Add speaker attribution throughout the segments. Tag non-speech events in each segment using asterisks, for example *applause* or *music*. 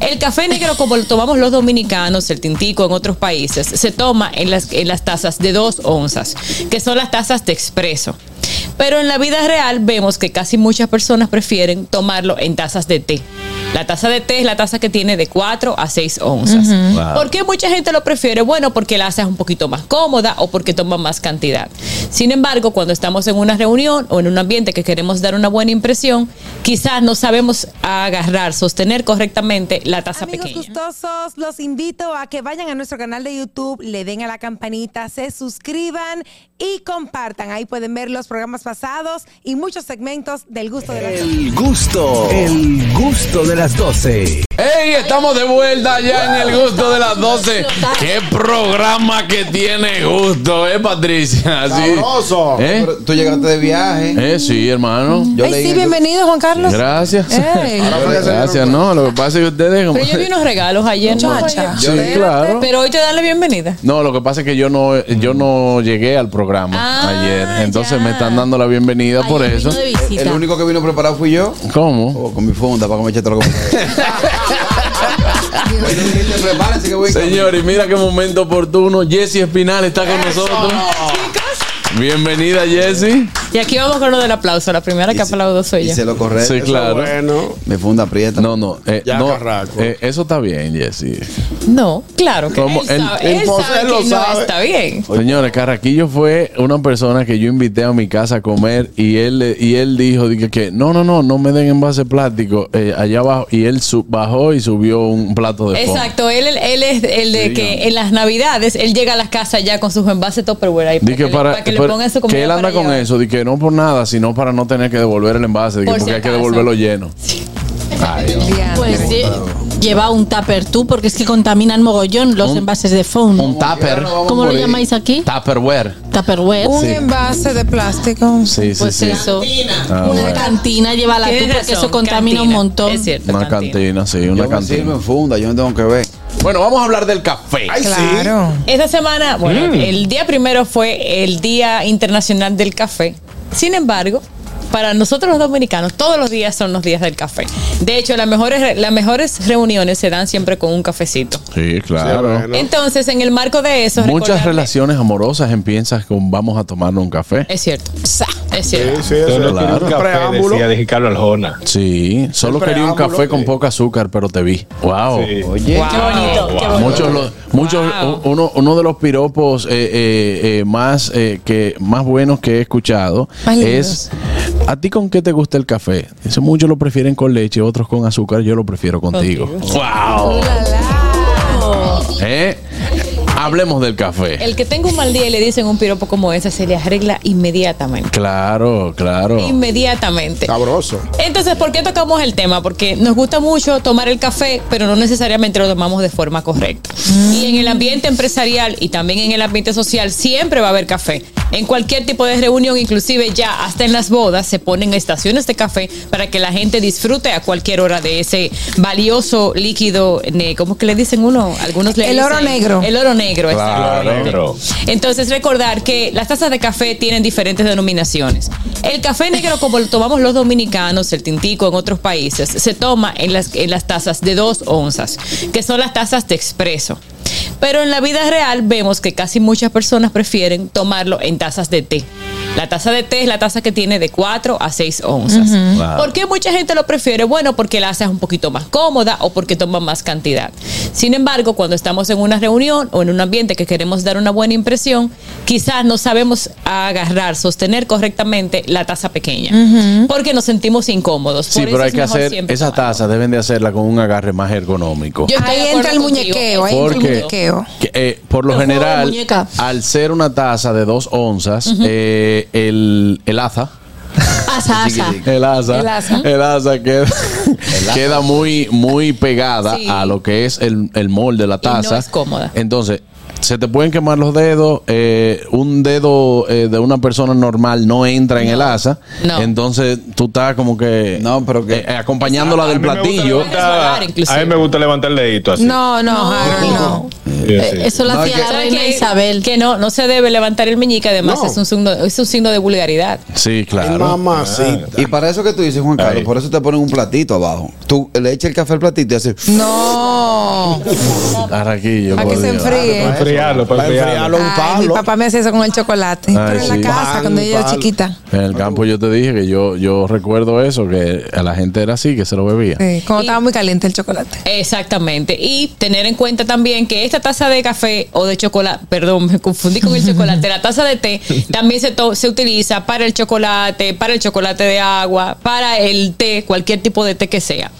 Speaker 1: El café negro, como lo tomamos los dominicanos, el tintico en otros países, se toma en las, en las tazas de dos onzas, que son las tazas de expreso. Pero en la vida real vemos que casi muchas personas prefieren tomarlo en tazas de té. La taza de té es la taza que tiene de 4 a 6 onzas.
Speaker 2: Wow.
Speaker 1: ¿Por qué mucha gente lo prefiere? Bueno, porque la hace un poquito más cómoda o porque toma más cantidad. Sin embargo, cuando estamos en una reunión o en un ambiente que queremos dar una buena impresión, quizás no sabemos agarrar, sostener correctamente la taza
Speaker 3: Amigos
Speaker 1: pequeña.
Speaker 3: gustosos, los invito a que vayan a nuestro canal de YouTube, le den a la campanita, se suscriban y compartan. Ahí pueden ver los programas pasados y muchos segmentos del gusto de la
Speaker 4: El gusto, el gusto de las 12.
Speaker 5: ¡Ey! Estamos de vuelta ya en el gusto de las 12. ¡Qué programa que tiene gusto, eh, Patricia! Sí.
Speaker 6: Sabroso.
Speaker 5: ¿Eh?
Speaker 2: Pero Tú llegaste de viaje.
Speaker 5: Eh, sí, hermano.
Speaker 1: Mm.
Speaker 2: Yo
Speaker 3: Ay,
Speaker 2: leí
Speaker 3: sí,
Speaker 2: en el-
Speaker 3: bienvenido, Juan Carlos.
Speaker 5: Gracias. *laughs*
Speaker 3: Ey.
Speaker 6: Ahora fue que se
Speaker 5: Gracias,
Speaker 6: dieron
Speaker 5: no. Lo que pasa es que ustedes. como- *laughs*
Speaker 1: Pero yo vi unos regalos ayer, ¿no?
Speaker 3: Muchacha.
Speaker 5: Sí, claro.
Speaker 1: Pero hoy te dan la bienvenida.
Speaker 5: No, lo que pasa es que yo no, yo no llegué al programa
Speaker 1: Ah,
Speaker 5: ayer. Entonces
Speaker 1: ya.
Speaker 5: me están dando la bienvenida por eso.
Speaker 2: El único que vino preparado fui yo.
Speaker 5: ¿Cómo?
Speaker 2: Oh, con mi funda, para que me eche todo lo que me
Speaker 3: *laughs*
Speaker 2: Oye, no dijiste, prepárense que voy en camino.
Speaker 5: Señores, mira qué momento oportuno. Jessy Espinal está con nosotros. Bienvenida, Jessy.
Speaker 1: Y aquí vamos con lo del aplauso. La primera que
Speaker 2: Hice-
Speaker 1: aplaudo soy yo.
Speaker 2: Hice lo correcto.
Speaker 5: Sí, claro.
Speaker 6: Bueno.
Speaker 2: Mi funda aprieta.
Speaker 5: No, no. eh,
Speaker 6: Ya,
Speaker 5: no
Speaker 6: Carrasco.
Speaker 5: eh, eso está bien, Jessy.
Speaker 1: No, claro que
Speaker 5: Como
Speaker 1: él
Speaker 5: el-
Speaker 1: sabe,
Speaker 5: el
Speaker 1: él
Speaker 6: José
Speaker 1: sabe
Speaker 6: lo
Speaker 1: que no
Speaker 6: sabe.
Speaker 1: está bien.
Speaker 5: Señores, Carraquillo fue una persona que yo invité a mi casa a comer y él, y él dijo dije, que no, no, no, no me den envase plástico eh, allá abajo. Y él sub- bajó y subió un plato de fondo.
Speaker 1: Exacto, él, él- él es el de
Speaker 5: Sí,
Speaker 1: que
Speaker 5: yo.
Speaker 1: en las navidades él llega a las casas ya con sus envases Tupperware ahí
Speaker 5: Dije
Speaker 1: le-
Speaker 5: para,
Speaker 1: que le
Speaker 5: para-
Speaker 1: pongan su comida
Speaker 5: que él anda
Speaker 1: para
Speaker 5: con
Speaker 1: llevar.
Speaker 5: eso, dije no por nada, sino para no tener que devolver el envase, dije,
Speaker 1: Por si
Speaker 5: porque hay que
Speaker 1: acaso.
Speaker 5: devolverlo lleno.
Speaker 7: Pues sí, lleva un tupper tú, porque es que contaminan mogollón los
Speaker 5: Un-
Speaker 7: envases de fondo.
Speaker 5: Un tupper.
Speaker 7: ¿Cómo lo llamáis aquí?
Speaker 5: Tupperware.
Speaker 7: Tupperware.
Speaker 3: Un envase de plástico.
Speaker 5: Sí, sí,
Speaker 7: Pues
Speaker 5: sí.
Speaker 7: eso.
Speaker 5: Ah,
Speaker 7: una
Speaker 5: bueno.
Speaker 7: cantina, llévala tú,
Speaker 1: Tienes
Speaker 7: porque
Speaker 1: razón,
Speaker 7: eso contamina un
Speaker 1: cantina.
Speaker 7: montón.
Speaker 1: Es cierto,
Speaker 5: Una cantina, sí, una
Speaker 2: yo me sirvo
Speaker 5: cantina.
Speaker 2: en funda, yo no tengo que ver.
Speaker 5: Bueno, vamos a hablar del café.
Speaker 6: Ay,
Speaker 3: Claro.
Speaker 1: Esta semana, bueno,
Speaker 5: Mm.
Speaker 1: el día primero fue el Día Internacional del Café. Sin embargo, para nosotros los dominicanos, todos los días son los días del café. De hecho, las mejores, las mejores reuniones se dan siempre con un cafecito.
Speaker 5: Sí, claro.
Speaker 6: bueno.
Speaker 1: Entonces, en el marco de eso,
Speaker 5: Muchas
Speaker 1: recordarle-
Speaker 5: relaciones amorosas empiezan con vamos a tomarnos un café.
Speaker 1: Es cierto. Es
Speaker 6: sí.
Speaker 1: cierto.
Speaker 6: Sí, sí, eso
Speaker 8: Solo
Speaker 6: es
Speaker 8: quería un
Speaker 6: un
Speaker 8: café,
Speaker 6: preámbulo.
Speaker 8: decía de Carlos Aljona.
Speaker 5: Sí, solo
Speaker 6: Siempre
Speaker 5: quería un
Speaker 6: hablo,
Speaker 5: café con
Speaker 6: sí.
Speaker 5: poco azúcar, pero te vi. Wow.
Speaker 8: Sí.
Speaker 2: Oye,
Speaker 1: Qué bonito, qué bonito.
Speaker 5: Muchos, lo- muchos
Speaker 1: Wow.
Speaker 5: u- uno, uno de los piropos eh, eh, eh, más eh, que más buenos que he escuchado
Speaker 3: Más lindos.
Speaker 5: es ¿A ti con qué te gusta el café? Dice, muchos lo prefieren con leche, otros con azúcar, yo lo prefiero contigo. Wow. ¿Eh? Hablemos del café.
Speaker 1: El que tenga un mal día y le dicen un piropo como ese, se le arregla inmediatamente.
Speaker 5: Claro, claro.
Speaker 1: Inmediatamente.
Speaker 6: Sabroso.
Speaker 1: Entonces, ¿por qué tocamos el tema? Porque nos gusta mucho tomar el café, pero no necesariamente lo tomamos de forma correcta.
Speaker 3: Mm.
Speaker 1: Y en el ambiente empresarial y también en el ambiente social siempre va a haber café. En cualquier tipo de reunión, inclusive ya hasta en las bodas, se ponen estaciones de café para que la gente disfrute a cualquier hora de ese valioso líquido, ne- ¿cómo que le dicen uno? Algunos le
Speaker 3: El oro
Speaker 1: dicen-
Speaker 3: negro.
Speaker 1: El oro negro,
Speaker 5: Claro.
Speaker 1: exactamente.
Speaker 8: Negro.
Speaker 1: Entonces, recordar que las tazas de café tienen diferentes denominaciones. El café negro, como lo tomamos los dominicanos, el tintico en otros países, se toma en las, en las tazas de dos onzas, que son las tazas de expreso. Pero en la vida real vemos que casi muchas personas prefieren tomarlo en tazas de té. La taza de té es la taza que tiene de 4 a 6 onzas.
Speaker 5: Wow.
Speaker 1: ¿Por qué mucha gente lo prefiere? Bueno, porque la hace un poquito más cómoda o porque toma más cantidad. Sin embargo, cuando estamos en una reunión o en un ambiente que queremos dar una buena impresión, quizás no sabemos agarrar, sostener correctamente la taza pequeña, porque nos sentimos incómodos.
Speaker 5: Sí,
Speaker 1: Por
Speaker 5: pero
Speaker 1: eso
Speaker 5: hay
Speaker 1: es
Speaker 5: que
Speaker 1: mejor
Speaker 5: hacer
Speaker 1: siempre
Speaker 5: esas
Speaker 1: tomar.
Speaker 5: tazas deben de hacerla con un agarre más ergonómico.
Speaker 1: Yo estoy de
Speaker 3: Ahí
Speaker 1: acuerdo
Speaker 3: entra el
Speaker 1: contigo.
Speaker 3: muñequeo, ahí entra el
Speaker 5: Porque,
Speaker 3: muñequeo.
Speaker 5: que, eh, por lo
Speaker 7: El juego de
Speaker 5: general,
Speaker 7: muñeca.
Speaker 5: al ser una taza de dos onzas, eh, el, el asa.
Speaker 7: Asa, asa.
Speaker 5: El asa.
Speaker 3: El asa.
Speaker 5: el asa queda, queda muy, muy pegada
Speaker 1: Sí.
Speaker 5: a lo que es el, el molde de la taza.
Speaker 1: es cómoda.
Speaker 5: Entonces, se te pueden quemar los dedos. eh, un dedo eh, de una persona normal no entra en el asa.
Speaker 1: No.
Speaker 5: Entonces, tú estás como que.
Speaker 2: No, pero que-
Speaker 5: eh, eh, acompañándola
Speaker 8: A
Speaker 5: del
Speaker 8: mí me gusta
Speaker 5: platillo.
Speaker 8: levantar-
Speaker 1: Resbalar, inclusive.
Speaker 8: A mí me gusta levantar el dedito así.
Speaker 3: No, no, Harold, no.
Speaker 8: Sí,
Speaker 7: Eh,
Speaker 8: sí.
Speaker 7: Eso lo
Speaker 2: No,
Speaker 7: hacía
Speaker 2: que-
Speaker 7: la
Speaker 1: ¿Saben
Speaker 7: reina
Speaker 1: qué?
Speaker 7: Isabel.
Speaker 1: Que no, no se debe levantar el meñique, además
Speaker 6: No.
Speaker 1: es, un signo, es un signo de vulgaridad.
Speaker 5: Sí,
Speaker 6: Ay,
Speaker 5: claro.
Speaker 6: Mamacita.
Speaker 2: Y para eso que tú dices, Juan Carlos,
Speaker 8: Ay.
Speaker 2: por eso te ponen un platito abajo. Tú le echas el café al platito y haces.
Speaker 3: No, No.
Speaker 5: Carraquillo.
Speaker 3: Para que se enfríe.
Speaker 8: Para enfriarlo, para
Speaker 2: Para
Speaker 8: enfriarlo.
Speaker 2: enfriarlo un
Speaker 3: Ay, mi
Speaker 2: palo.
Speaker 3: papá me hacía eso con el chocolate.
Speaker 5: Ay,
Speaker 3: Pero en la
Speaker 5: sí.
Speaker 3: casa,
Speaker 2: Pan,
Speaker 3: cuando yo era
Speaker 2: palo.
Speaker 3: chiquita.
Speaker 5: En el campo yo te dije que yo, yo recuerdo eso, que a la gente era así, que se lo bebía.
Speaker 3: Sí, cuando
Speaker 1: Y-
Speaker 3: estaba muy caliente el chocolate.
Speaker 1: Exactamente. Y tener en cuenta también que esta taza de café o de chocolate, perdón, me confundí con el chocolate, la taza de té también se, to- se utiliza para el chocolate, para el chocolate de agua, para el té, cualquier tipo de té que sea.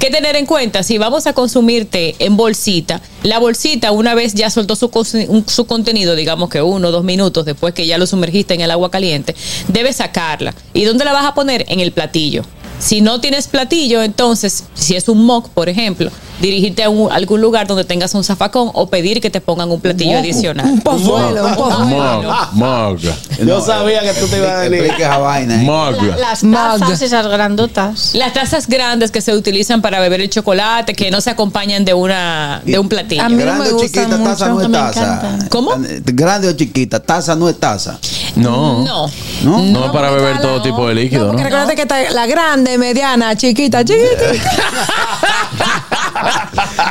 Speaker 1: ¿Qué tener en cuenta? Si vamos a consumir té en bolsita, la bolsita una vez ya soltó su, cos- un- su contenido, digamos que uno o dos minutos después que ya lo sumergiste en el agua caliente, debes sacarla. ¿Y dónde la vas a poner? En el platillo. Si no tienes platillo, entonces, si es un mock, por ejemplo, dirigirte a un- algún lugar donde tengas un zafacón o pedir que te pongan un platillo
Speaker 3: Un
Speaker 1: adicional.
Speaker 3: pozuelo, un
Speaker 5: Mog,
Speaker 3: pozuelo.
Speaker 5: mog,
Speaker 2: Yo sabía que tú te ibas a venir. Explica esa vaina. eh.
Speaker 5: mog.
Speaker 7: La- las
Speaker 3: Mug.
Speaker 7: tazas esas grandotas.
Speaker 1: Las tazas grandes que se utilizan para beber el chocolate, que no se acompañan de una de un platillo.
Speaker 3: A mí no
Speaker 2: Grande
Speaker 3: me
Speaker 2: o
Speaker 3: gusta
Speaker 2: chiquita,
Speaker 3: mucho.
Speaker 2: taza no
Speaker 7: No
Speaker 2: es
Speaker 7: me
Speaker 2: taza.
Speaker 7: encanta.
Speaker 1: ¿Cómo?
Speaker 2: Grande o chiquita, taza no es taza.
Speaker 5: No.
Speaker 1: No.
Speaker 2: ¿No?
Speaker 5: No, es para beber todo
Speaker 1: no.
Speaker 5: tipo de
Speaker 3: No,
Speaker 5: líquido,
Speaker 3: porque
Speaker 5: ¿no?
Speaker 3: recuerda que está la grande, mediana, chiquita, chiquita.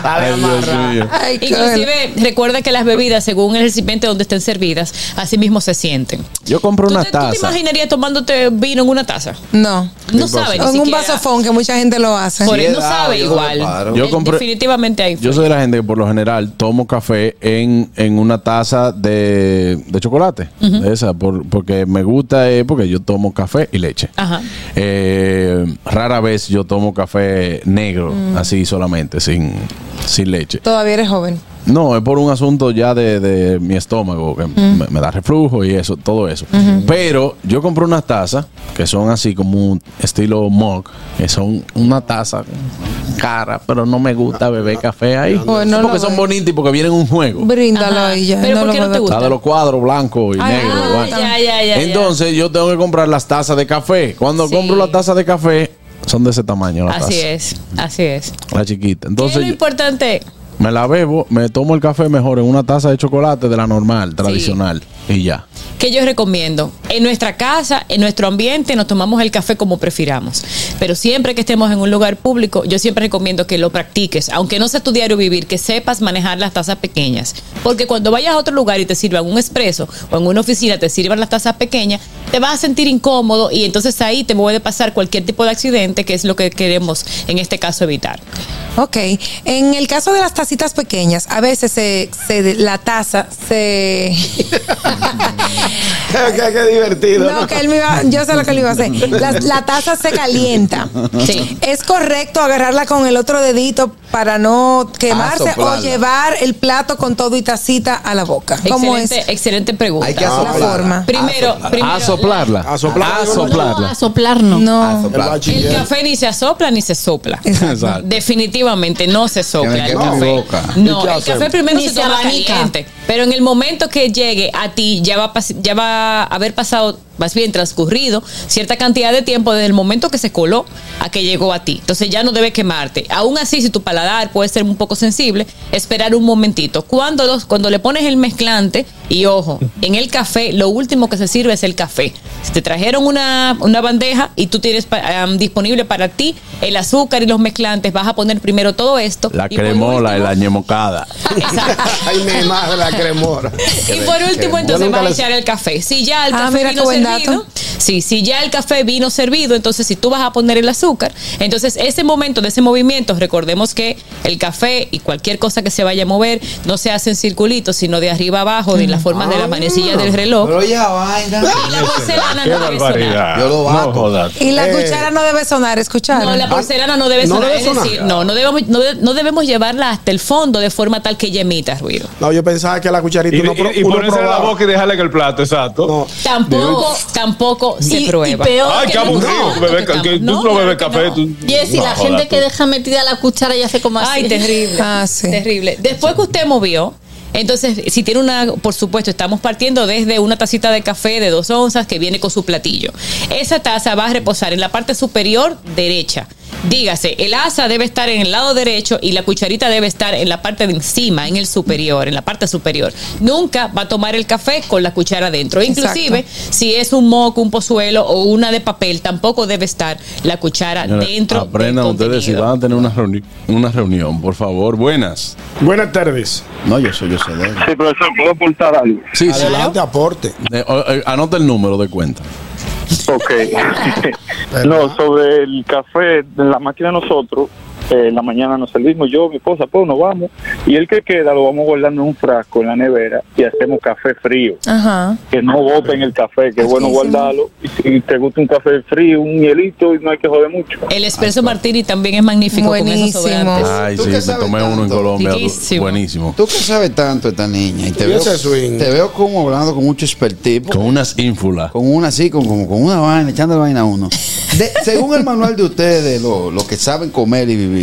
Speaker 5: Ay, Dios mío.
Speaker 3: Ay, qué bueno.
Speaker 1: Inclusive, recuerda que las bebidas, según el recipiente donde estén servidas, así mismo se sienten.
Speaker 5: Yo compro
Speaker 1: ¿Tú
Speaker 5: una
Speaker 1: te, tú te
Speaker 5: taza.
Speaker 1: imaginarías tomándote vino en una taza?
Speaker 3: No.
Speaker 1: No sabes Pues ni
Speaker 3: En un
Speaker 1: siquiera.
Speaker 3: vasofón que mucha gente lo hace.
Speaker 1: Por- no
Speaker 2: he dado,
Speaker 1: sabe
Speaker 2: yo no
Speaker 1: igual.
Speaker 2: paro.
Speaker 5: Yo
Speaker 1: Eh,
Speaker 5: compré-
Speaker 1: Definitivamente hay.
Speaker 5: Yo soy de la gente que por lo general tomo café en, en una taza de, de chocolate. de esa, por- porque me gusta, eh, porque yo tomo café y leche.
Speaker 1: Ajá.
Speaker 5: Eh, rara vez yo tomo café negro,
Speaker 3: Mm.
Speaker 5: así solamente, sin, sin leche.
Speaker 3: Todavía eres joven.
Speaker 5: No, es por un asunto ya de, de mi estómago, que
Speaker 3: Mm.
Speaker 5: me, me da reflujo y eso, todo eso. Pero yo compré unas tazas que son así como un estilo mug, que son una taza cara, pero no me gusta beber café ahí.
Speaker 3: Pues no
Speaker 5: porque
Speaker 3: lo
Speaker 5: son
Speaker 3: ve.
Speaker 5: bonitas y porque vienen en un juego.
Speaker 3: Bríndalo
Speaker 1: Ajá.
Speaker 3: y ya.
Speaker 1: Pero ¿por
Speaker 3: lo
Speaker 1: qué no
Speaker 3: voy a
Speaker 1: te
Speaker 3: ver.
Speaker 1: gusta?
Speaker 5: La de los cuadros blanco y negro.
Speaker 1: Ah,
Speaker 5: blanco.
Speaker 1: ya, ya, ya, ya.
Speaker 5: Entonces yo tengo que comprar las tazas de café. Cuando
Speaker 1: Sí.
Speaker 5: compro las tazas de café, son de ese tamaño las
Speaker 1: Así
Speaker 5: tazas.
Speaker 1: es, así es.
Speaker 5: La chiquita.
Speaker 1: ¿Qué es
Speaker 5: Entonces
Speaker 1: lo importante?
Speaker 5: me la bebo, me tomo el café mejor en una taza de chocolate de la normal, tradicional. Y ya.
Speaker 1: que yo recomiendo. En nuestra casa, en nuestro ambiente, nos tomamos el café como prefiramos. Pero siempre que estemos en un lugar público, yo siempre recomiendo que lo practiques, aunque no sea tu diario vivir, que sepas manejar las tazas pequeñas. Porque cuando vayas a otro lugar y te sirvan un expreso o en una oficina te sirvan las tazas pequeñas, te vas a sentir incómodo y entonces ahí te puede pasar cualquier tipo de accidente, que es lo que queremos en este caso evitar.
Speaker 3: Ok, en el caso de las tacitas pequeñas, a veces se, se- la taza
Speaker 2: *laughs*
Speaker 3: se...
Speaker 2: Qué, qué- qué divertido.
Speaker 3: No, que él me iba, yo sé lo que le iba a hacer. La, la taza se calienta.
Speaker 1: Sí.
Speaker 3: ¿Es correcto agarrarla con el otro dedito para no quemarse o
Speaker 2: soplarla.
Speaker 3: llevar el plato con todo y tacita a la boca? ¿Cómo
Speaker 1: Excelente,
Speaker 3: es?
Speaker 1: excelente pregunta.
Speaker 2: Hay que asoplarla.
Speaker 3: La forma.
Speaker 1: Primero, primero,
Speaker 5: A soplarla.
Speaker 2: A soplarla.
Speaker 5: A soplarla.
Speaker 7: A soplar no.
Speaker 1: Oh.
Speaker 3: No.
Speaker 2: Asoplar.
Speaker 1: El café ni se sopla ni se sopla.
Speaker 5: Exacto.
Speaker 1: Definitivamente no se
Speaker 2: Que
Speaker 1: sopla
Speaker 2: me
Speaker 1: el
Speaker 2: queme
Speaker 1: café.
Speaker 2: mi boca.
Speaker 1: No, el café primero
Speaker 7: Ni
Speaker 1: se,
Speaker 7: se
Speaker 1: toma
Speaker 7: abanica.
Speaker 1: caliente, pero en el momento que llegue a ti ya va a pas- ya va a haber pasado más bien transcurrido cierta cantidad de tiempo desde el momento que se coló a que llegó a ti. Entonces ya no debe quemarte. Aún así, si tu paladar puede ser un poco sensible, esperar un momentito. Cuando los cuando le pones el mezclante y ojo, en el café lo último que se sirve es el café. Si te trajeron una, una bandeja y tú tienes pa- am, disponible para ti el azúcar y los mezclantes, vas a poner primero todo esto.
Speaker 5: La
Speaker 1: y por
Speaker 5: cremola y
Speaker 1: último-
Speaker 5: la ñemocada.
Speaker 1: Exacto.
Speaker 2: *laughs* Ay, mi madre, la cremora.
Speaker 1: Y por último, entonces vas a echar el café. Si ya el
Speaker 3: Ah,
Speaker 1: café
Speaker 3: mira qué
Speaker 1: vino
Speaker 3: buen
Speaker 1: servido,
Speaker 3: dato.
Speaker 1: sí, si ya el café vino servido, entonces si tú vas a poner el azúcar, entonces ese momento de ese movimiento, recordemos que el café y cualquier cosa que se vaya a mover no se hace en circulitos, sino de arriba abajo, de la forma de la manecilla del reloj.
Speaker 2: Pero ya vaina.
Speaker 1: Y la porcelana
Speaker 8: Qué
Speaker 1: no debe sonar.
Speaker 8: barbaridad.
Speaker 2: Yo lo
Speaker 8: no
Speaker 2: bato.
Speaker 8: jodas.
Speaker 3: Y
Speaker 2: Eh.
Speaker 3: la cuchara no debe sonar, escuchar.
Speaker 1: No, la porcelana no debe
Speaker 6: No
Speaker 1: sonar.
Speaker 6: debe
Speaker 1: es decir,
Speaker 6: sonar.
Speaker 1: no, no debemos, no, de- no debemos llevarla hasta el fondo de forma tal que ella emita ruido.
Speaker 6: No, yo pensaba que la cucharita
Speaker 8: Y,
Speaker 6: uno, pro-
Speaker 8: y, y
Speaker 6: uno
Speaker 8: ponérsela en la
Speaker 6: probaba.
Speaker 8: boca y dejarle en el plato, exacto.
Speaker 6: No.
Speaker 1: Tampoco, tampoco se
Speaker 7: Y- y
Speaker 1: prueba.
Speaker 7: peor
Speaker 8: Ay, qué
Speaker 7: que no-
Speaker 8: aburrido.
Speaker 1: no,
Speaker 8: bebé,
Speaker 1: que
Speaker 8: que- tú
Speaker 1: no,
Speaker 8: no, bebes
Speaker 1: claro que
Speaker 8: café.
Speaker 1: no.
Speaker 8: tú-
Speaker 7: Jessy,
Speaker 8: No,
Speaker 7: la
Speaker 8: jodas,
Speaker 7: gente que
Speaker 8: tú.
Speaker 7: deja metida la cuchara y hace como así.
Speaker 1: Ay, terrible.
Speaker 3: Ah, sí.
Speaker 1: Terrible. Después que usted movió, entonces, si tiene una, por supuesto, estamos partiendo desde una tacita de café de dos onzas que viene con su platillo. Esa taza va a reposar en la parte superior derecha. Dígase, el asa debe estar en el lado derecho y la cucharita debe estar en la parte de encima, en el superior, en la parte superior. Nunca va a tomar el café con la cuchara adentro. Inclusive, si es un moco, un pozuelo o una de papel, tampoco debe estar la cuchara
Speaker 5: Señora,
Speaker 1: dentro
Speaker 5: Aprendan
Speaker 1: del
Speaker 5: ustedes si
Speaker 1: contenido.
Speaker 5: van a tener una, reuni- una reunión, por favor. Buenas.
Speaker 6: Buenas tardes.
Speaker 5: No, yo soy, yo soy de él.
Speaker 9: Sí, profesor, ¿puedo aportar algo?
Speaker 5: Sí, sí.
Speaker 6: Adelante, aporte.
Speaker 5: Eh, o- eh, anota el número de cuenta.
Speaker 6: *laughs*
Speaker 9: Ok. no, sobre el café, de la máquina de nosotros, eh, en la mañana nos servimos yo, mi esposa, pues nos vamos. Y el que queda lo vamos guardando en un frasco en la nevera y hacemos café frío.
Speaker 7: Ajá.
Speaker 9: Que no
Speaker 6: Ah,
Speaker 9: boten el café, que es bueno
Speaker 7: Riquísimo.
Speaker 9: guardarlo. Y si te gusta un café frío, un hielito, y no hay que joder mucho.
Speaker 1: El espresso martini también es magnífico con esos
Speaker 3: Buenísimo.
Speaker 1: sobrantes.
Speaker 5: Ay,
Speaker 2: ¿Tú
Speaker 5: sí,
Speaker 2: qué
Speaker 5: me
Speaker 2: sabes
Speaker 5: tomé uno en
Speaker 2: tanto?
Speaker 5: Colombia.
Speaker 1: Riquísimo.
Speaker 5: Buenísimo.
Speaker 2: Tú que sabes tanto esta niña y te
Speaker 6: Y
Speaker 2: veo,
Speaker 6: ese swing.
Speaker 2: te veo como hablando con mucho expertismo.
Speaker 5: Con unas ínfulas.
Speaker 2: Con una así, con, como con una vaina, echando la vaina a uno.
Speaker 1: *laughs*
Speaker 2: De- según el manual de ustedes, los que saben comer y vivir,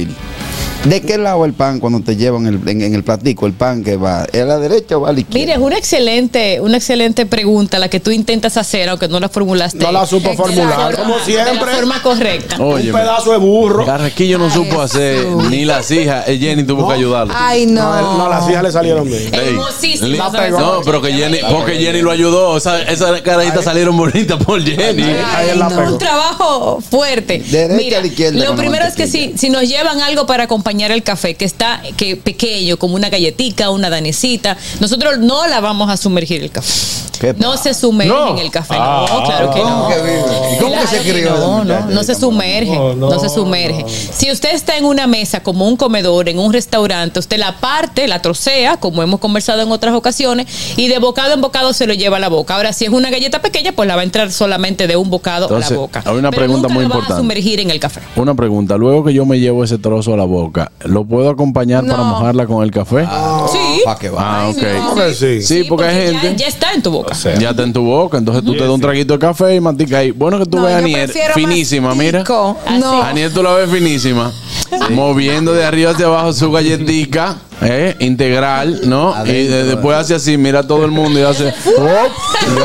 Speaker 2: ¿de qué lado el pan cuando te llevan el- en, en el platico el pan que va? ¿Es a la derecha o va a la
Speaker 1: Mira,
Speaker 2: izquierda?
Speaker 1: es una excelente, una excelente pregunta la que tú intentas hacer, aunque no la formulaste.
Speaker 6: No la supo
Speaker 1: Exacto.
Speaker 6: formular, como
Speaker 1: De la
Speaker 6: siempre.
Speaker 1: forma correcta.
Speaker 5: Oye,
Speaker 6: un pedazo de burro.
Speaker 5: Carraquillo no supo hacer ni las hijas. Eh, Jenny tuvo que ayudarlo.
Speaker 3: Ay, no.
Speaker 6: No, él- no, las hijas le salieron bien.
Speaker 5: Ey,
Speaker 1: Hermosísimo.
Speaker 5: li-
Speaker 1: La pegó.
Speaker 5: No, pero que Jenny, porque Jenny lo ayudó. Esa- Esas carajitas salieron bonitas por Jenny.
Speaker 6: Ahí él la
Speaker 1: Un
Speaker 6: pegó.
Speaker 1: trabajo fuerte.
Speaker 2: Derecha a
Speaker 1: Mira,
Speaker 2: la izquierda
Speaker 1: lo
Speaker 2: con la
Speaker 1: primero es que si,
Speaker 2: mantequilla.
Speaker 1: si nos llevan algo para acompañar el café, que está que pequeño, como una galletica, una danesita, nosotros no la vamos a sumergir el café.
Speaker 2: ¿Qué
Speaker 1: No se sumerge
Speaker 8: No.
Speaker 1: en el café.
Speaker 8: Ah,
Speaker 1: no, claro que
Speaker 2: ¿cómo
Speaker 1: no.
Speaker 2: que vive? ¿Y cómo que se
Speaker 1: Claro
Speaker 2: crió ese
Speaker 1: No,
Speaker 2: muchacho
Speaker 1: no, no
Speaker 2: de
Speaker 1: se
Speaker 2: tamaño?
Speaker 1: sumerge.
Speaker 8: No,
Speaker 1: No,
Speaker 8: no,
Speaker 1: se sumerge. Si usted está en una mesa, como un comedor, en un restaurante, usted la parte, la trocea, como hemos conversado en otras ocasiones, y de bocado en bocado se lo lleva a la boca. Ahora, si es una galleta pequeña, pues la va a entrar solamente de un bocado a
Speaker 5: Entonces,
Speaker 1: la boca.
Speaker 5: hay una
Speaker 1: Pero
Speaker 5: pregunta
Speaker 1: nunca
Speaker 5: muy
Speaker 1: la va
Speaker 5: importante.
Speaker 1: a sumergir en el café.
Speaker 5: Una pregunta, luego que yo me llevo ese trozo a la boca, ¿lo puedo acompañar para
Speaker 3: No.
Speaker 5: mojarla con el café? Ah,
Speaker 1: sí.
Speaker 2: ¿Para qué va?
Speaker 5: ok.
Speaker 6: Hombre, sí.
Speaker 5: Sí, porque hay
Speaker 1: ya-
Speaker 5: gente.
Speaker 1: Ya, está en tu boca.
Speaker 5: Ya está en tu boca, entonces tú te das un traguito de café y mastica ahí. Bueno que tú
Speaker 3: No,
Speaker 5: ves a
Speaker 3: yo
Speaker 5: Aniel
Speaker 3: prefiero
Speaker 5: finísima, mira.
Speaker 3: mastico. No.
Speaker 5: A Aniel tú la ves finísima, moviendo de arriba hacia abajo su galletica, ¿eh? integral, ¿no? y de- después hace así, mira a todo el mundo
Speaker 3: *laughs*
Speaker 5: y hace... ¡Oh!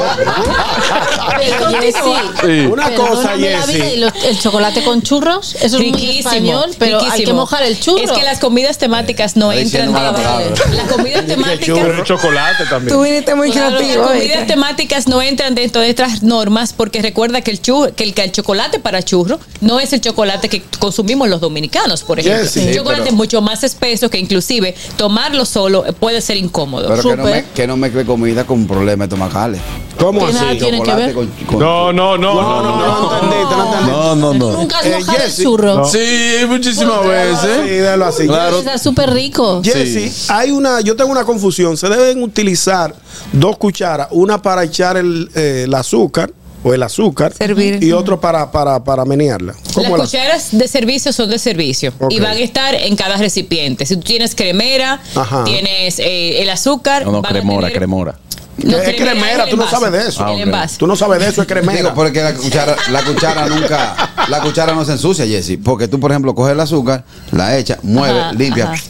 Speaker 7: Pero, Jessy,
Speaker 5: Sí.
Speaker 6: Una cosa,
Speaker 7: perdóname la vida, y
Speaker 6: Jessy.
Speaker 7: los- el chocolate con churros, eso es muy español, pero hay que
Speaker 1: riquísimo.
Speaker 7: mojar el churro.
Speaker 1: Es que las comidas temáticas no
Speaker 2: Está
Speaker 1: entran.
Speaker 2: diciendo mala
Speaker 1: dentro-
Speaker 2: palabra.
Speaker 1: Las
Speaker 5: *laughs*
Speaker 1: comidas temáticas
Speaker 8: Pero el chocolate también.
Speaker 3: Tú viniste muy
Speaker 1: Claro,
Speaker 3: creativo.
Speaker 1: las
Speaker 3: ¿viste?
Speaker 1: comidas temáticas no entran dentro de estas normas porque recuerda que el, chu- que el, que el chocolate para churro no es el chocolate que consumimos los dominicanos, por ejemplo.
Speaker 6: Yes, sí,
Speaker 1: el chocolate
Speaker 6: pero-
Speaker 1: es mucho más espeso que inclusive tomarlo solo puede ser incómodo.
Speaker 2: Pero que no, me,
Speaker 7: Súper.
Speaker 2: que no mezcle comida con problemas estomacales.
Speaker 6: ¿Cómo
Speaker 7: Tiene-
Speaker 6: así?
Speaker 7: tiene- que ver?
Speaker 2: con, con-
Speaker 8: No, no, no, no, no. no.
Speaker 6: No entendiste, no entendiste.
Speaker 5: No, no, no.
Speaker 7: Nunca has
Speaker 6: Eh,
Speaker 7: mojado
Speaker 6: Jessy,
Speaker 7: el churro.
Speaker 5: Sí, muchísimas
Speaker 6: Sí,
Speaker 5: veces.
Speaker 6: déjalo así.
Speaker 5: Claro.
Speaker 7: Está súper rico.
Speaker 6: Jessy, hay una, yo tengo una confusión. Se deben utilizar dos cucharas, una para echar el, eh, el azúcar o el azúcar
Speaker 3: Servir.
Speaker 6: y otro para, para, para menearla.
Speaker 1: Las
Speaker 6: ¿Cómo la-
Speaker 1: cucharas de servicio son de servicio
Speaker 6: Ok.
Speaker 1: y van a estar en cada recipiente. Si tú tienes cremera,
Speaker 6: Ajá.
Speaker 1: tienes eh, el azúcar.
Speaker 5: No, no,
Speaker 1: van a
Speaker 5: cremora,
Speaker 1: tener-
Speaker 5: cremora.
Speaker 1: No,
Speaker 6: Es cremera,
Speaker 1: el
Speaker 6: tú no
Speaker 1: envase,
Speaker 6: sabes de eso.
Speaker 5: Ah, ok.
Speaker 1: El envase.
Speaker 6: Tú no sabes de eso, es cremera.
Speaker 2: Digo, porque la cuchara, la cuchara nunca, la cuchara no se ensucia, Jessy. Porque tú, por ejemplo, coges el azúcar, la echas, mueves,
Speaker 1: Ajá,
Speaker 2: limpia
Speaker 1: ajá.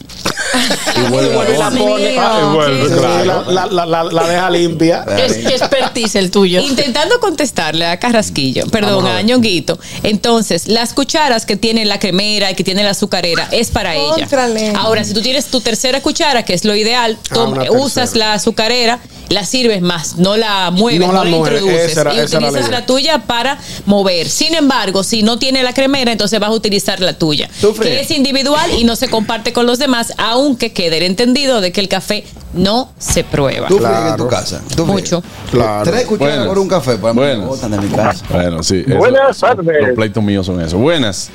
Speaker 2: y vuelve a
Speaker 6: la
Speaker 2: la
Speaker 6: pone,
Speaker 8: Ah, y vuelve,
Speaker 6: Sí,
Speaker 8: claro.
Speaker 6: la, la- la- la deja limpia.
Speaker 7: Qué, qué expertise el tuyo.
Speaker 1: Intentando contestarle a Carrasquillo, perdón, a, Ñonguito. Entonces, las cucharas que tiene la cremera y que tiene la azucarera es para
Speaker 3: Contrale.
Speaker 1: ella. Ahora, si tú tienes tu tercera cuchara, que es lo ideal,
Speaker 6: Ah,
Speaker 1: toma-
Speaker 6: una
Speaker 1: usas
Speaker 6: tercera.
Speaker 1: la azucarera, la sirves más, no la mueves,
Speaker 6: No la
Speaker 1: no, la,
Speaker 6: mueves,
Speaker 1: introduces.
Speaker 6: esa era-
Speaker 1: y
Speaker 6: esa era la
Speaker 1: utilizas
Speaker 6: idea.
Speaker 1: la tuya para mover. Sin embargo, si no tiene la cremera, entonces vas a utilizar la tuya,
Speaker 2: Tú fríes.
Speaker 1: que es individual y no se comparte con los demás, aunque quede el entendido de que el café no se prueba.
Speaker 2: Tú
Speaker 6: Claro.
Speaker 2: friegas en tu casa. tú
Speaker 1: Mucho.
Speaker 2: friegas.
Speaker 6: Claro.
Speaker 2: Tres cucharas
Speaker 5: Buenas.
Speaker 2: por un café. Por ejemplo,
Speaker 5: Buenas.
Speaker 2: botan de mi
Speaker 5: *laughs*
Speaker 2: casa.
Speaker 5: Bueno, sí. eso-
Speaker 9: Buenas
Speaker 5: son-
Speaker 9: tardes.
Speaker 5: Los pleitos míos son eso. Buenas.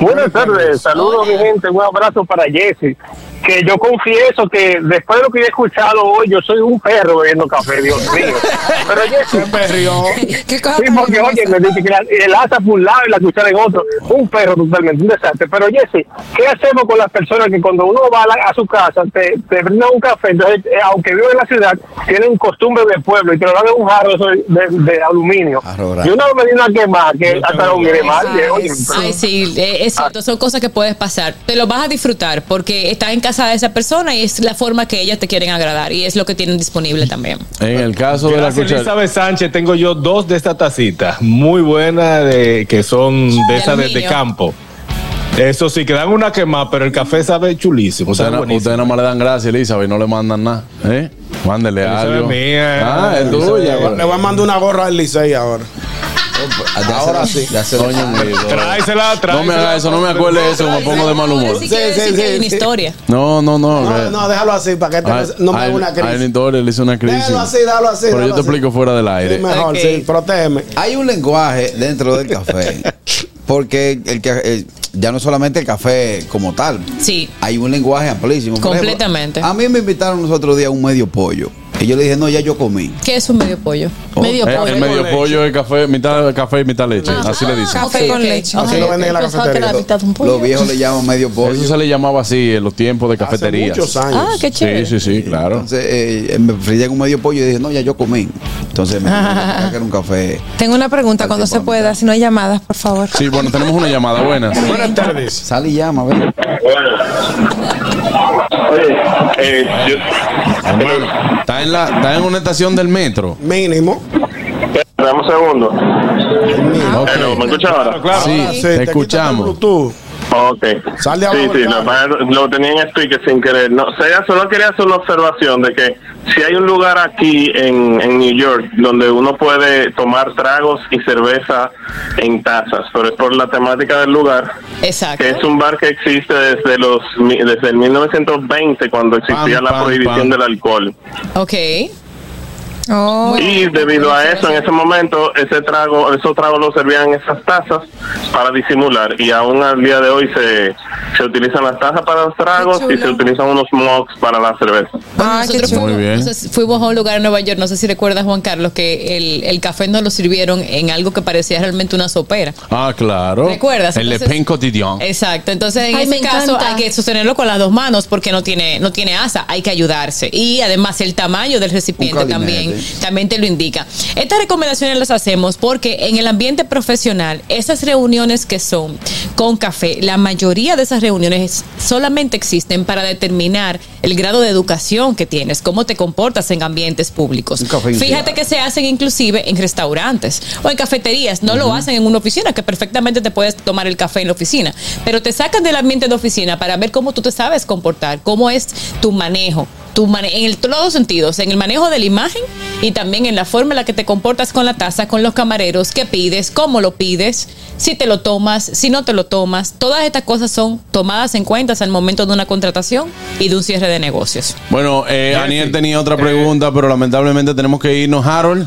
Speaker 9: Buenas tardes, saludos mi gente, un abrazo para Jesse. Que yo confieso que después de lo que he escuchado hoy, yo soy un perro bebiendo café, Dios mío. Pero Jesse,
Speaker 3: ¿Qué cosa
Speaker 9: sí,
Speaker 3: tan
Speaker 9: porque oye,
Speaker 3: hermosa?
Speaker 9: me dice que la- el asa por un lado y la cuchara en otro. Un perro totalmente, un desastre. Pero Jesse, ¿qué hacemos con las personas que cuando uno va a, la- a su casa, te, te brindan un café, entonces, eh, aunque vive en la ciudad, tienen costumbre del pueblo y te lo dan en un jarro eso de, de aluminio?
Speaker 2: Jarro grande.
Speaker 9: Y una vez me di una quemada, que hasta lo miré mal, y, oye,
Speaker 3: Ay,
Speaker 1: Ay, sí, Eh, exacto, son cosas que puedes pasar. Te lo vas a disfrutar porque estás en casa de esa persona y es la forma que ellas te quieren agradar y es lo que tienen disponible también.
Speaker 5: En el caso de la
Speaker 8: Gracias,
Speaker 5: cuchara.
Speaker 8: Elizabeth Sánchez, tengo yo dos de estas tacitas muy buenas de, que son de esas de, de
Speaker 1: aluminio.
Speaker 8: campo. Eso sí, que dan una quemada, pero el café sabe chulísimo.
Speaker 5: Ustedes
Speaker 8: Sabe
Speaker 5: no,
Speaker 8: buenísimo.
Speaker 5: ustedes nomás le dan gracias, Elizabeth, y no le mandan nada. ¿Eh? Mándele
Speaker 8: Elizabeth
Speaker 5: algo.
Speaker 8: mía.
Speaker 5: Ah, es
Speaker 6: Le
Speaker 5: tuya.
Speaker 6: va- le
Speaker 5: güey.
Speaker 6: va a mandar una gorra al Licey ahora.
Speaker 2: Ahora sí.
Speaker 5: Coño, mi Dios.
Speaker 8: Tráesela,
Speaker 5: No me
Speaker 8: tráesela.
Speaker 5: haga eso, no me acuerde eso, me pongo de mal humor.
Speaker 1: Sí,
Speaker 6: Sí,
Speaker 1: quiere
Speaker 6: sí,
Speaker 1: decir que hay
Speaker 6: sí,
Speaker 1: una
Speaker 6: sí.
Speaker 1: historia.
Speaker 5: No, no, no.
Speaker 6: No,
Speaker 5: que-
Speaker 6: no, déjalo así para que este
Speaker 5: Ay,
Speaker 6: no me haga
Speaker 5: ay,
Speaker 6: una
Speaker 5: ay,
Speaker 6: crisis.
Speaker 5: Nidore, le hizo una crisis.
Speaker 6: Déjalo así, déjalo así.
Speaker 5: Pero yo
Speaker 6: déjalo
Speaker 5: te
Speaker 6: así.
Speaker 5: explico fuera del
Speaker 6: Sí,
Speaker 5: aire.
Speaker 6: mejor,
Speaker 1: Ok.
Speaker 6: sí, protégeme.
Speaker 2: Hay un lenguaje dentro del café. Porque el que eh, ya no solamente el café como tal.
Speaker 1: Sí.
Speaker 2: Hay un lenguaje amplísimo. Por ejemplo,
Speaker 1: Completamente.
Speaker 2: a mí me invitaron los otros días a un medio pollo. Y yo le dije, no, ya yo comí.
Speaker 1: ¿Qué es un medio pollo?
Speaker 7: Medio
Speaker 5: Eh,
Speaker 7: pollo.
Speaker 5: el medio pollo, el café, mitad café y mitad leche. Así le
Speaker 3: Ah.
Speaker 5: dicen.
Speaker 1: Café con leche.
Speaker 7: Ah,
Speaker 6: Así lo venden en la
Speaker 7: Pensaba que
Speaker 6: cafetería.
Speaker 7: era la mitad de un pollo.
Speaker 2: Los viejos le llaman medio pollo.
Speaker 5: Eso se le llamaba así en los tiempos de
Speaker 6: Hace
Speaker 5: cafeterías.
Speaker 6: muchos años.
Speaker 1: Ah, qué
Speaker 5: Sí,
Speaker 1: chévere.
Speaker 5: sí, sí, claro.
Speaker 2: Entonces eh, me frié con medio pollo y dije, no, ya yo comí. Entonces me dijeron que era un café.
Speaker 3: Tengo una pregunta cuando se pueda, si no hay llamadas, por favor.
Speaker 5: Sí, bueno, tenemos una llamada buena.
Speaker 6: Buenas tardes.
Speaker 2: Sal y llama, ¿ves?
Speaker 9: Oye, eh, yo,
Speaker 5: Hermano, está en, la, está en una estación del metro.
Speaker 6: Mínimo.
Speaker 9: eh, dame un segundo.
Speaker 6: Ah,
Speaker 5: Ok.
Speaker 9: Hello, ¿Me escuchas ahora?
Speaker 8: Claro.
Speaker 5: Sí,
Speaker 6: Sí,
Speaker 5: Ah. te
Speaker 6: quita el
Speaker 5: escuchamos.
Speaker 6: Bluetooth.
Speaker 9: Ok.
Speaker 6: Sal de
Speaker 9: sí,
Speaker 6: abajo
Speaker 9: sí,
Speaker 6: del
Speaker 9: lo,
Speaker 6: carro.
Speaker 9: para- lo tenía en speaker sin querer. No, o sea, solo quería hacer una observación de que si hay un lugar aquí en, en New York donde uno puede tomar tragos y cerveza en tazas, pero es por la temática del lugar,
Speaker 1: Exacto.
Speaker 9: que es un bar que existe desde los mi- desde el 1920 cuando existía
Speaker 5: Pam,
Speaker 9: la
Speaker 5: pam, pam.
Speaker 9: prohibición del alcohol.
Speaker 1: Ok.
Speaker 3: Oh,
Speaker 9: Y debido a eso, en ese momento, ese trago, esos tragos lo servían en esas tazas para disimular. Y aún al día de hoy se, se utilizan las tazas para los tragos
Speaker 3: Qué
Speaker 9: y se
Speaker 3: chulo.
Speaker 9: utilizan unos mugs para la cerveza.
Speaker 3: ah, qué
Speaker 1: Nosotros
Speaker 3: chulo.
Speaker 1: fuimos,
Speaker 5: Muy bien.
Speaker 1: no sé si- fuimos a un lugar en Nueva York, no sé si recuerdas, Juan Carlos, que el, el café nos lo sirvieron en algo que parecía realmente una sopera.
Speaker 5: Ah, claro.
Speaker 1: ¿Recuerdas?
Speaker 5: El Le
Speaker 1: Entonces-
Speaker 5: Pen Quotidien.
Speaker 1: Exacto, entonces en
Speaker 7: Ay, me
Speaker 1: ese caso
Speaker 7: encanta.
Speaker 1: hay que sostenerlo con las dos manos porque no tiene no tiene asa, hay que ayudarse y además el tamaño del recipiente
Speaker 2: Un calinete.
Speaker 1: también también te lo indica. Estas recomendaciones las hacemos porque en el ambiente profesional esas reuniones que son con café, la mayoría de esas reuniones solamente existen para determinar el grado de educación que tienes, cómo te comportas en ambientes públicos.
Speaker 2: Un café en
Speaker 1: Fíjate que se hacen inclusive en restaurantes o en cafeterías, no lo hacen en una oficina, que perfectamente te puedes tomar el café en la oficina, pero te sacan del ambiente de oficina para ver cómo tú te sabes comportar, cómo es tu manejo. Tu mane en el, todos los sentidos, en el manejo de la imagen y también en la forma en la que te comportas con la taza, con los camareros, qué pides, cómo lo pides, si te lo tomas, si no te lo tomas. Todas estas cosas son tomadas en cuenta al momento de una contratación y de un cierre de negocios.
Speaker 5: Bueno, eh, Aniel tenía otra pregunta, pero lamentablemente tenemos que irnos. Harold,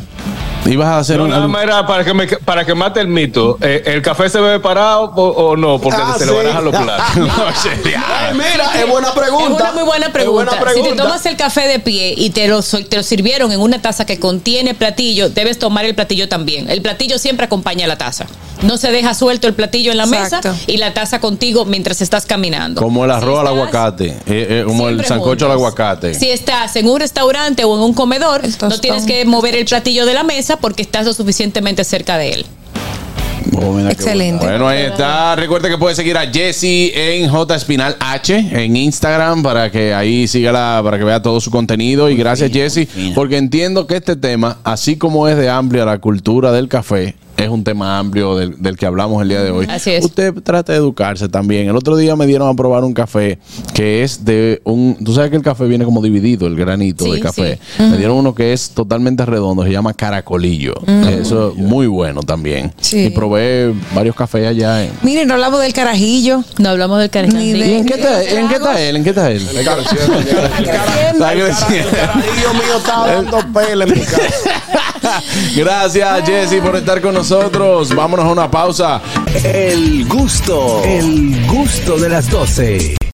Speaker 5: ibas a hacer
Speaker 8: No,
Speaker 5: un.
Speaker 8: nada más era para que, me, para que mate el mito. Eh, ¿El café se bebe parado o, o no? Porque
Speaker 6: Ah,
Speaker 8: se
Speaker 6: sí.
Speaker 8: le van a los platos. *laughs* No, che, ya.
Speaker 6: Ay, mira, es buena pregunta.
Speaker 1: Es una muy buena
Speaker 6: Es
Speaker 1: pregunta.
Speaker 6: buena pregunta.
Speaker 1: Si te tomas el café de pie y te lo, so- te lo sirvieron en una taza que contiene platillo, debes tomar el platillo también. El platillo siempre acompaña a la taza. No se deja suelto el platillo en la
Speaker 3: Exacto.
Speaker 1: mesa y la taza contigo mientras estás caminando.
Speaker 5: Como el arroz
Speaker 1: Si
Speaker 5: al
Speaker 1: estás-
Speaker 5: aguacate. eh, eh, como el
Speaker 1: Siempre
Speaker 5: sancocho al
Speaker 1: juntos.
Speaker 5: aguacate.
Speaker 1: Si estás en un restaurante o en un comedor,
Speaker 3: El
Speaker 1: no
Speaker 3: tostón.
Speaker 1: tienes que mover el platillo de la mesa porque estás lo suficientemente cerca de él.
Speaker 2: Oh, mira qué
Speaker 3: Excelente.
Speaker 5: Bueno, ahí está. Recuerda que puedes seguir a Jesse en J Espinal H en Instagram para que ahí sígala, para que vea todo su contenido. Y gracias, Jesse, porque entiendo que este tema, así como es de amplia la cultura del café, es un tema amplio del, del que hablamos el día de hoy.
Speaker 1: Así es.
Speaker 5: Usted trata de educarse también. El otro día me dieron a probar un café que es de un. Tú sabes que el café viene como dividido, el granito
Speaker 1: Sí,
Speaker 5: de café.
Speaker 1: sí.
Speaker 5: Me dieron uno que es totalmente redondo, se llama caracolillo. Eso es muy bueno también.
Speaker 3: Sí.
Speaker 5: Y probé varios cafés allá. En,
Speaker 3: Miren, no hablamos del carajillo.
Speaker 1: No hablamos del carajillo.
Speaker 3: Ni
Speaker 5: ¿Y
Speaker 3: de-
Speaker 5: en qué está, en qué está él? ¿En qué está él? *laughs* Está creciendo. *laughs*
Speaker 6: Carajillo mío está dando pele en mi casa.
Speaker 5: Gracias, Jesse, por estar con nosotros. Vámonos a una pausa.
Speaker 4: El gusto, el gusto de las 12.